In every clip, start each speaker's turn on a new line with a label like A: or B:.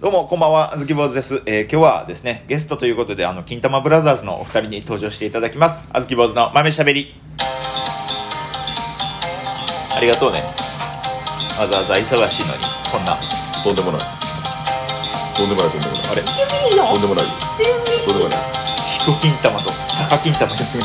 A: どうも、こんばんは、あずき坊主です。えー今日はですね、ゲストということで、あの、金玉ブラザーズのお二人に登場していただきます。あずき坊主の豆しゃべり。ありがとうね。わざわざ忙しいのに、こんな。あ
B: とんでもないとんでもないとんでもない
A: れ、
B: とんでもないよとんでもない
A: 低金玉と高金玉 です。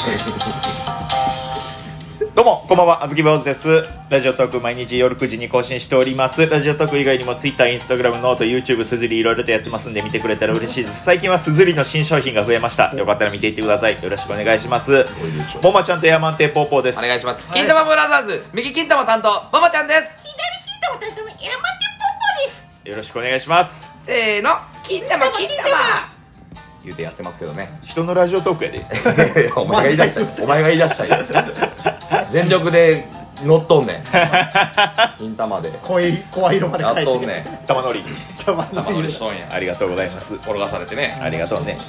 A: どうも、こんばんは、あずき坊主です。ラジオトーク毎日夜9時に更新しております。ラジオトーク以外にも Twitter、Instagram、ノート、YouTube、すずりいろいろとやってますんで見てくれたら嬉しいです。最近はすずりの新商品が増えました。よかったら見ていってください。よろしくお願いします。
B: おいでしょ
A: もまちゃんとヤーマンテーポーポーです。
C: お願いします。金玉ブラザーズ、右金玉担当、ママちゃんです。
D: 左ヒントを出すの山手ポッポです
A: よろしくお願いします。
C: せーの、金玉金
D: 金
C: 玉
D: 玉。
C: 言うてやってますけどね。
A: 人のラジオトークやで。
C: お前が言い出したよ。お前が言い出したよ。全力で乗っとんねん。金玉で。
E: 声声色まで
C: や
E: 書
C: っ
E: いて
C: と
E: る
C: んねん。
A: 玉乗り。
E: 頭
C: 玉乗
E: の
C: りしとんや。
A: ありがとうございます。
C: 転がされてね。
A: ありがとうね。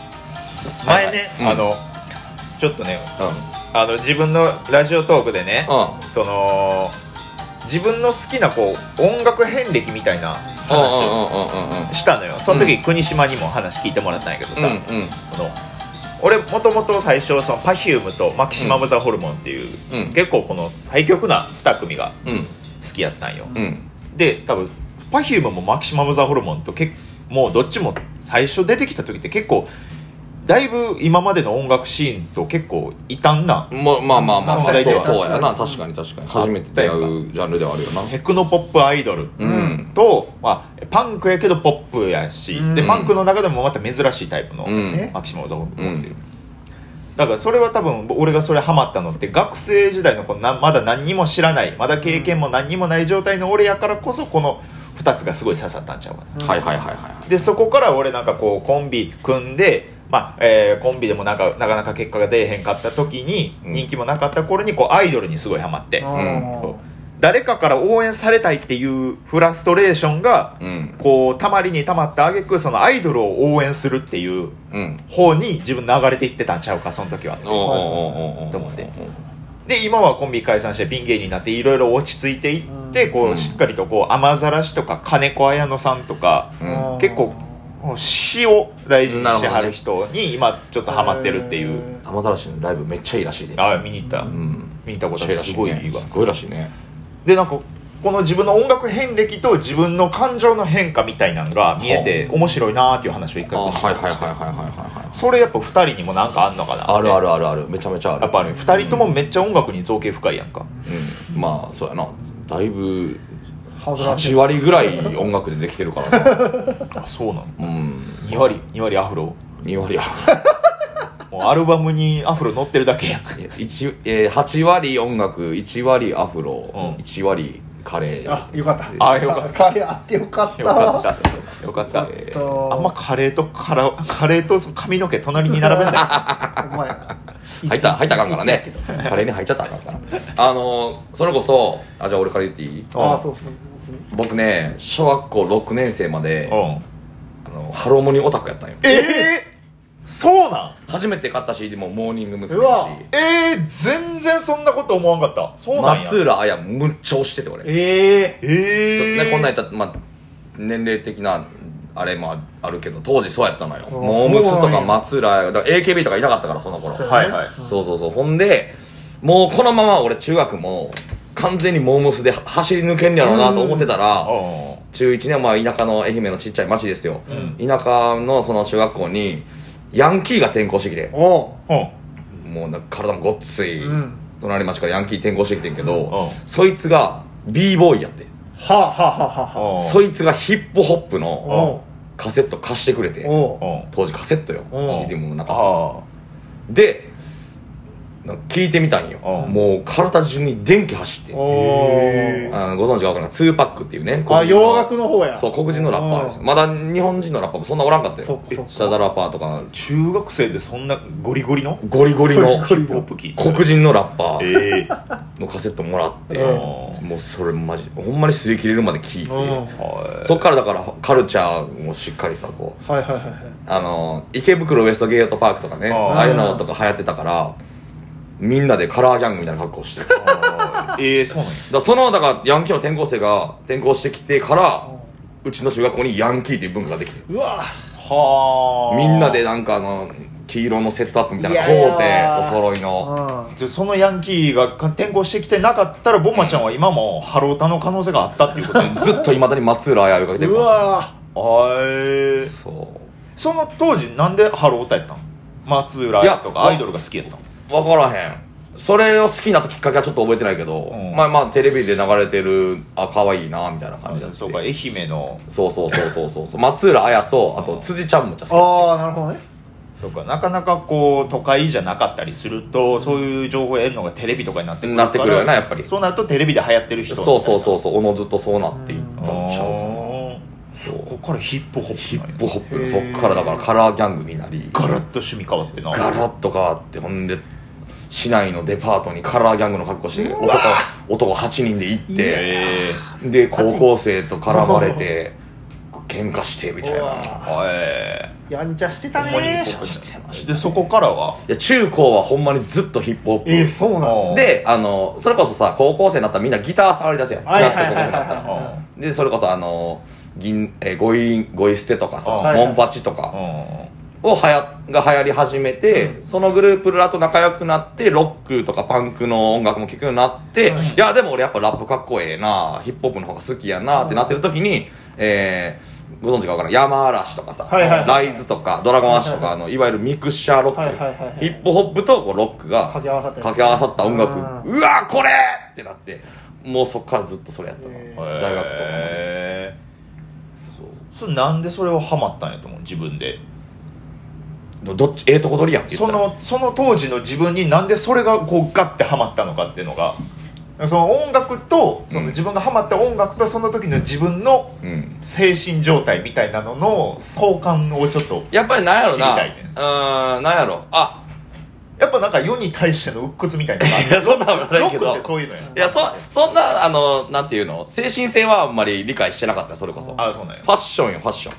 C: はい
A: 前ね、
C: うん
A: あの、ちょっとね、
C: うん。
A: あの、自分のラジオトークでね、
C: うん。
A: その自分の好きなこう音楽遍歴みたいな話をしたのよその時、
C: う
A: 国島にも話聞いてもらったんやけどさ、
C: うんうん
A: この俺もともと最初その Perfume とマキシマム・ザ・ホルモンっていう、
C: うん
A: 結構この対極な2組が
C: うん
A: 好きやったんよ、
C: うん
A: で多分 Perfume もマキシマム・ザ・ホルモンと結もうどっちも最初出てきた時って結構だいぶ今までの音楽シーンと結構異端な
C: うん。ままあまあまあ、
A: そ
C: そうう
A: そう
C: そうやな。確かに確かに。初めて出会うジャンルではあるよな。
A: テクノポップアイドル
C: うん。
A: と、まあ、パンクやけどポップやし、
E: うん
A: でパンクの中でもまた珍しいタイプの、
C: うん。
A: マキシマム・ザ・ホルモンっていう、だからそれは多分俺がそれハマったのって学生時代のこのなまだ何にも知らないまだ経験も何にもない状態の俺やからこそこの2つがすごい刺さったんちゃうかな
C: はいはいはいはい。
A: でそこから俺なんかこうコンビ組んで、まあえーコンビでもなんかなかなか結果が出えへんかった時に、
C: うん
A: 人気もなかった頃にこうアイドルにすごいハマって、
E: あー
A: そう誰かから応援されたいっていうフラストレーションが
C: うん
A: こうたまりにたまった挙句そのアイドルを応援するっていう
C: うん
A: 方に自分流れていってたんちゃうかその時は
C: おうおうおうおう
A: と思ってで今はコンビ解散してピン芸人になっていろいろ落ち着いていってこ
C: う
A: うんしっかりとこう雨ざらしとか金子綾乃さんとか
C: うん
E: あー
A: 結構こう詩を大事にしてはる人に今ちょっとハマってるっていう
E: へ
C: 雨ざらしのライブめっちゃいいらしいで
A: ああ見に行った
C: うん
A: 見に行ったことあ
C: めっ
A: る
C: ちゃ
A: すごい
C: らし
A: いいわ
C: ねすごいらしいね
A: でなんかこの自分の音楽遍歴と自分の感情の変化みたいなのが見えて
C: は
A: 面白いなーっていう話を一
C: あ
A: 回こう
C: はいはいはい
A: して
C: はいはいはいはい
A: それやっぱ二人にもなんかあんのかな
C: あるあるあるあるめちゃめちゃある
A: やっぱある二人ともめっちゃ音楽に造形深いやんか
C: うんまあそうやなだいぶ
E: ハードル上
C: 8
E: げ
C: 割ぐらい音楽でできてる からな
A: あそうなの
C: うん
A: 2割2割アフロ
C: 2割は
A: もうアルバムにアフロ乗ってるだ けやん
C: いや一えー8割音楽1割アフ
A: う
C: ロ
A: ん
C: 1割カレー
E: あよかった
A: あよかった
E: カレーあってよかった
A: よかったよかった
C: えー
E: と
A: あんまカレーとカラカレーと髪の毛隣に並べんだ
E: お前
C: 入った入ったらあかんからね
E: いちいちやけ
C: カレーに入っちゃったらあかんからあのーそれこそあじゃあ俺から言っていい
E: どああそうそう
C: 僕ね小学校6年生まで
A: よ、 うん、
C: あのハローモニオタクやったんよ
A: ええそうなん
C: 初めて買った CD もモーニング娘。
E: う
C: や
E: わ
C: し
A: えー、全然そんなこと思わんかったそうなんや
C: 松浦綾むっちゃ推してて俺、
E: ええ
A: え
C: ち
A: え
C: ょっとね、こんなんやったら、まあ、年齢的なあれもあるけど当時そうやったのよ
E: あ
C: モームス
E: そう
C: と
E: な
C: か
E: んや
C: 松浦綾だから AKB とかいなかったからその頃
E: そう
A: はいはい
C: そうそうそうほんでもうこのまま俺中学も完全にモームスで走り抜けんやろうなと思ってたら、
A: あ
C: 中1年前田舎の愛媛のちっちゃい町ですよ、
A: う
C: 田舎のその中学校にヤンキーが転校してきて
E: おう
A: あうん
C: もうなんか体もごっつい、
E: うん
C: 隣町からヤンキー転校してきてんけど、
A: うん
C: そいつが b ボーイやって
E: はあはあはあはあ
A: うん
C: そいつがヒップホップの
E: おう
C: カセット貸してくれて
E: おう
A: うん
C: 当時カセットよ
E: うん
C: CD もなかっ
A: あ
C: たでなんか聞いてみたんよ
A: うん
C: もう体中に電気走って
E: お
A: へ
E: う
C: あのご存知か分からない2パックっていうね
E: あ洋楽
C: の
E: の方や
C: そう黒人のラッパーです
E: うん
C: まだ日本人のラッパーもそんなおらんかった
E: そ
C: よ
E: っかそっか
C: シャダラッパーとか
A: あ中学生でそんなゴリゴリの
C: ゴリゴリの
A: ヒップホップ聞いて
C: 黒人のラッパー
A: ええ
C: のカセットもらって
A: う
C: もうそれマジほんまに擦り切れるまで聞いて
E: うん
A: は
C: そっからだからカルチャーもしっかりさこう
E: はいはいはいはい
C: あの池袋ウエストゲートパークとかね
A: あー
C: ああいうのとか流行ってたからみんなでカラーギャングみたいな格好をしてるだか
A: いええそうなんや
C: らそのだからヤンキーの転校生が転校してきてからうちの小学校にヤンキーっていう文化ができて
E: うわ
A: はあ
C: みんなでなんかあの黄色のセットアップみたいな買
E: いや
C: う
E: いや
C: てお揃いの
E: う
A: じゃあそのヤンキーが転校してきてなかったらボンマちゃんは今もハロータの可能性があったっていうことで
C: ずっといまだに松浦綾を追いかけて
E: ん
C: る
E: う
C: かもしれない
E: わ
A: はーい
C: そ
A: その当時なんでハロータやったん松浦綾とか
C: いや
A: アイドルが好きやったん
C: う分からへんそれを好きになったきっかけはちょっと覚えてないけど、
A: うん
C: まあまあテレビで流れてるあ可愛いなみたいな感じだった
A: そうか愛媛の
C: そうそうそうそうそうそう松浦綾とあと辻ちゃんもちゃ
E: ー
C: 好
E: ああなるほどね
A: とかなかなかこう都会じゃなかったりするとそういう情報を得るのがテレビとかになってくるから
C: なってくるよなやっぱり
A: そうなるとテレビで流行ってる
C: き
A: 人
C: そうそうそううそうおのずとそうなっていったんちゃう
A: そこからヒップホップヒ
C: ヒップホップの
E: へ
C: そ
E: ー
C: っからだからカラーギャングになり
A: ガラッと趣味変わってな
C: ガラッと変わってほんで市内のデパートにカラーギャングの格好して男男8人で行って
A: え
C: で高校生と絡まれて喧嘩してみたいな
E: うわ
A: ー、はい
E: やんちゃしてた
A: ほんまに
E: ね
A: ヒップホップ
C: してました
A: でそこからはい
C: や中高はほんまにずっとヒップホップ、
E: えー、そうなの
C: であのそれこそさ高校生になったらみんなギター触り出すやん
E: はいはいはい
C: 夏高校生になったら
E: はいは
C: でそれこそあの銀えーゴイゴイ捨てとかさ
A: はい
E: はい
C: モンパチと
A: う
C: か
A: ん
C: をはやが流行り始めて、そのグループらと仲良くなってロックとかパンクの音楽も聴くようになって、
E: はい
C: い、やでも俺やっぱラップかっこええなヒップホップの方が好きやなってなってる時に、えーご存知かわからん山嵐とかさ、
E: はいはいはい
C: ライズとかドラゴンアッシュとか、あのいわゆるミクシャーロック、
E: はいはいはいはい
C: ヒップホップとこうロックが
E: 掛け合わさって
C: 掛け合わさった音楽
E: あー
C: うわこれってなってもうそっからずっとそれやったの、
E: へー
C: 大学とかまで
A: へ
C: そう
A: ーそれなんでそれをハマったんやと思う自分で
C: どどっちええとこ取りやんって言
A: そ
C: ったら
A: のその当時の自分になんでそれがこうガッてハマったのかっていうのがその音楽とその自分がハマった音楽とその時の自分の
C: うん
A: 精神状態みたいなのの相関をちょっと
C: やっぱりなんやろな、
A: 知りたいね
C: うーんなんやろあ
A: やっぱなんか世に対しての鬱屈みたいなのがあ
C: いや
A: る
C: そんなんは な
A: ロ
C: いけ
A: ック
C: ど
A: ってそういうのや
C: いやそそんなあのなんていうの精神性はあんまり理解してなかったそれこそファ
A: あそうなんや
C: ッションよファッション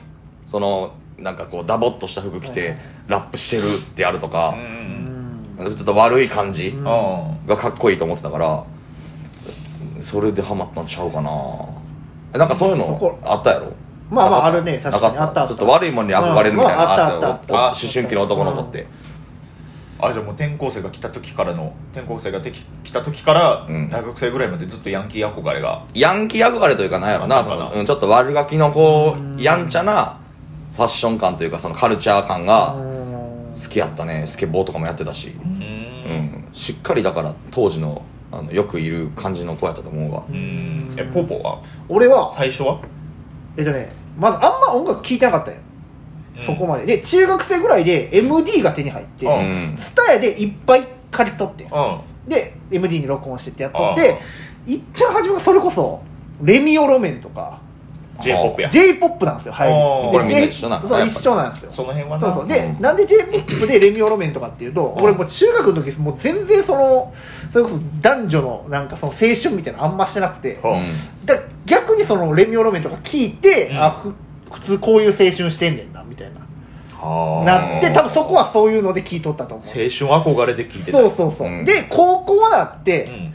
C: そのなんかこうダボっとした服着
E: はいは
C: て
E: い
C: ラップしてるってあるとか
A: う、
E: うんん
C: なんかちょっと悪い感じ、
E: うん
A: あ
C: がかっこいいと思ってたからそれでハマったんちゃうかなえなんかそういう
E: そこ
C: のあったやろ
E: まあま
C: なかっ
E: あ
C: た
E: あるね確かに
C: な
E: あったあった
C: ちょっと悪いもんに憧れるみたいなの
E: うん
C: あったよ
E: あったあった
C: お
A: あ
C: 思春期の男の子って、
A: あじゃあもう転校生が来た時からの転校生がてき来た時から
C: うん
A: 大学生ぐらいまでずっとヤンキー憧れが
C: ヤンキー憧れというかなんやろ
A: あ
C: な
A: った
C: そ
A: かな
C: の、うん、ちょっと悪ガキのこ
E: うん
C: うやんちゃなファッション感というかそのカルチャー感
E: う
C: が
E: ん
C: 好きやったねスケボーとかもやってたし、
A: う
C: うんん、しっかりだから当時のあのよくいる感じの子やったと思うわ
A: うんえポポは
E: 俺は
A: 最初は
E: えっとねまずあんま音楽聴いてなかったよ、
A: うん
E: そこまでで中学生ぐらいで MD が手に入って
A: う
C: うんん
E: ツタヤでいっぱい借りとって
A: うん
E: で MD に録音してってやっとっていっちゃん初めはそれこそレミオロメンとか
A: j p o p や
E: j p o p なんですよ入
A: おー
E: り
A: これ
C: みん
E: で
C: な
E: J-
C: 一緒なんだ
E: そう
C: やっぱり
E: 一緒なんですよ
A: その辺は
E: そ
A: な
E: うそうで、
C: うん
E: なんで j p o p でレミオロメンとかっていうと、
A: うん
E: 俺もう中学の時もう全然そのそれこそ男女のなんかその青春みたいなのあんましてなくて
A: うん
E: だ逆にそのレミオロメンとか聞いて、
A: うん
E: あふ普通こういう青春してんねんなみたいな
A: はあ
E: なって多分そこはそういうので聞いとったと思う
A: 青春憧れで聞いてた
E: そうそうそう、
C: うん
E: で高校だって、
A: うん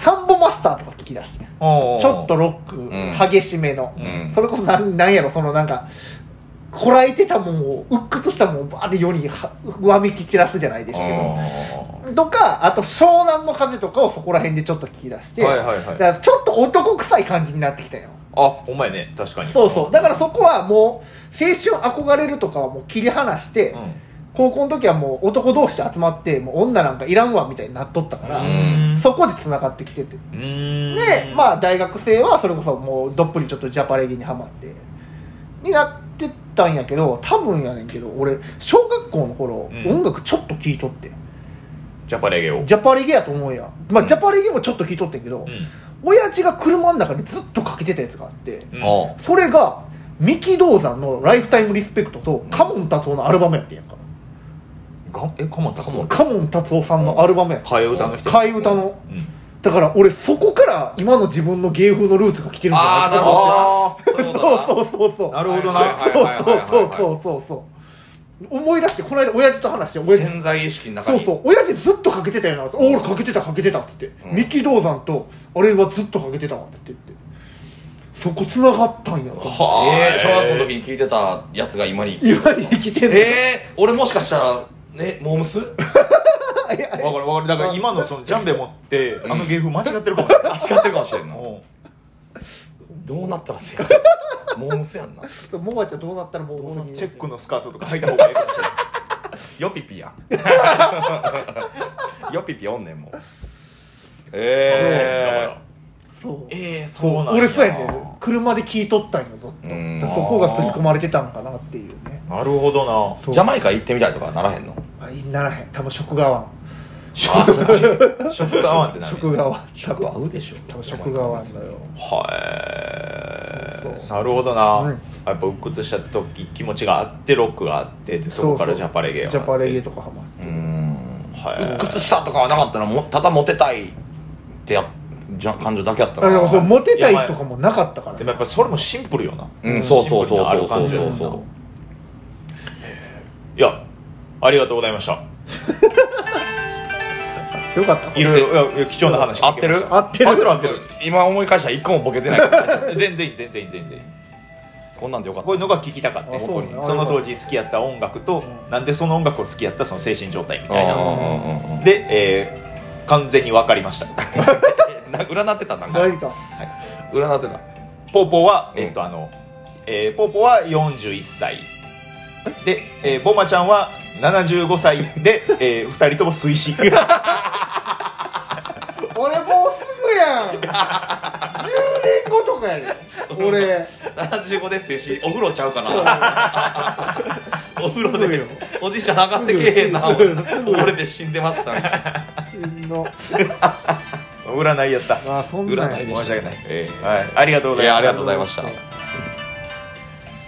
E: サンボマスターとか聞き出して
A: おー
E: ちょっとロッ
C: ん
E: ク激しめの、
C: うん
E: それこそなんなんやろそのなんかこらえてたもんを鬱屈したもんをバーって世にはわめき散らすじゃないですけ
A: あ
E: どとかあと湘南の風とかをそこら辺でちょっと聞き出して、
A: ーはいはいは
E: だ
A: い
E: からちょっと男臭い感じになってきたよ
A: あほんまやね確かに
E: そうそうだからそこはもう青春憧れるとかはもう切り離して、
A: うん
E: 高校の時はもう男同士で集まってもう女なんかいらんわみたいになっとったから、
A: うん
E: そこでつながってきてて
A: うん
E: で、まあ、大学生はそれこそもうどっぷりちょっとジャパレギにはまってになってったんやけど多分やねんけど俺小学校の頃、
A: うん
E: 音楽ちょっと聴いとって
A: ジャパレゲを
E: ジャパレギやと思うやんまあ、ジャパレギもちょっと聴いとってんけど、親父が車の中でずっとかけてたやつがあって
A: うん
C: おう
E: それが三木道山の「ライフタイムリスペクト」とカモン達夫のアルバムやってんやんか
A: がえかもたか も
E: カモン達夫さんのアルバムやん
A: 替え歌の人
E: 替え歌の
A: うん
E: だから俺そこから今の自分の芸風のルーツが来てるんじゃ
C: あ
E: な
C: あ
E: い
C: な
E: か
C: る
E: と思って
C: ほどなそういうことな
A: なるほどな
C: はいはいはいはいはい
E: そうそうそうそうそうそうそうそう思い出してこの間親父と話して親父
C: 潜在意識の中
E: そう
C: に
E: そう親父ずっとかけてたよなって「お俺かけてたかけてた」っつって、
C: うん
E: ミキ道山とあれはずっとかけてたわっつって言ってそこ繋がったんやわ
C: はあ
F: えー、小学校の時に聞いてたやつが今に生きてる
E: 今に生きてんの、
F: えー、俺もしかしたらねモームス
E: いや
A: わかるわかるだから今のそのジャンベ持ってあの芸風間違ってるかもしれない
F: 間違ってるかもしれんな
A: うん
F: どうなったら正解モームスやん な
E: ももちゃんどうなったらもう
A: このチェック
E: の
A: のスカートとか履いた方がいいかもしれない
C: よぴ ぴやんよぴぴおんねんもうえ
E: そう
A: えー、そうなんや
E: 俺そうやね車で聞いとったんよずっと
C: うん
E: だからそこが刷り込まれてたんかなっていうね
A: なるほどな
E: そ
C: ー、
E: う
C: ジャマイカ行ってみたいとかならへんの
E: あいならへん多分食が合わん
C: あそっち
A: 食感はってなる
E: 食が合わん
C: 食合うでしょ
E: 多分食が合わんのよ
A: は
E: そう
A: い
E: そう
A: なるほどな、
E: うん
A: やっぱ鬱屈した時気持ちがあってロックがあってでそこからジャパレゲ
E: ジャパレゲ
A: ー
E: とかハマって
C: うーん
A: はい
C: 鬱屈したとかはなかったらもただモテたいってやじゃ感情だけやった
E: あ
C: ら
E: でもそれモテたいとかもなかったから
A: でもやっぱそれもシンプルよな
C: うんそうそうそうそうそうそう
E: シンプルにある感じだ
C: そ
E: よ
A: いやありがとうございました
E: よかった
A: いろいろいや貴重な話
C: 合ってる
E: 合ってる
A: 合ってる合
C: う
A: ってる
C: 今思い返したら一個もボケてないから
A: 全然いい全然いい全然いい
C: こんなんでよかった
A: こういうのが聞きたかった
E: あそう
A: 本当に
E: なる
A: その当
E: ほど
A: 時好きやった音楽と、
E: うん
A: なんでその音楽を好きやったその精神状態み
C: う
A: たいな、
C: んうんうんうん
A: で、えー完全に分かりました
C: な占ってたなんか
E: 何か
C: 占ってた
A: ポーポーは、
C: うん
A: えっとあの、えーポーポーは41歳で、えーボマちゃんは75歳で、え2人とも水死
E: 俺もうすぐやん10年後と かやで俺
C: 75ですしお風呂ちゃうかなお風呂
E: すぐ
C: で
E: よ
C: おじいちゃん上がってけえへんな
E: すぐよすぐよ
C: 溺れて死んでましたみたいな
E: みんな
A: 占いやった
E: あそんなんや
C: 占いで
A: 申し訳ない
C: ええ
A: はいありがとうござい
C: いや
A: ま
C: あ
A: し
C: り
A: た
C: がとうございました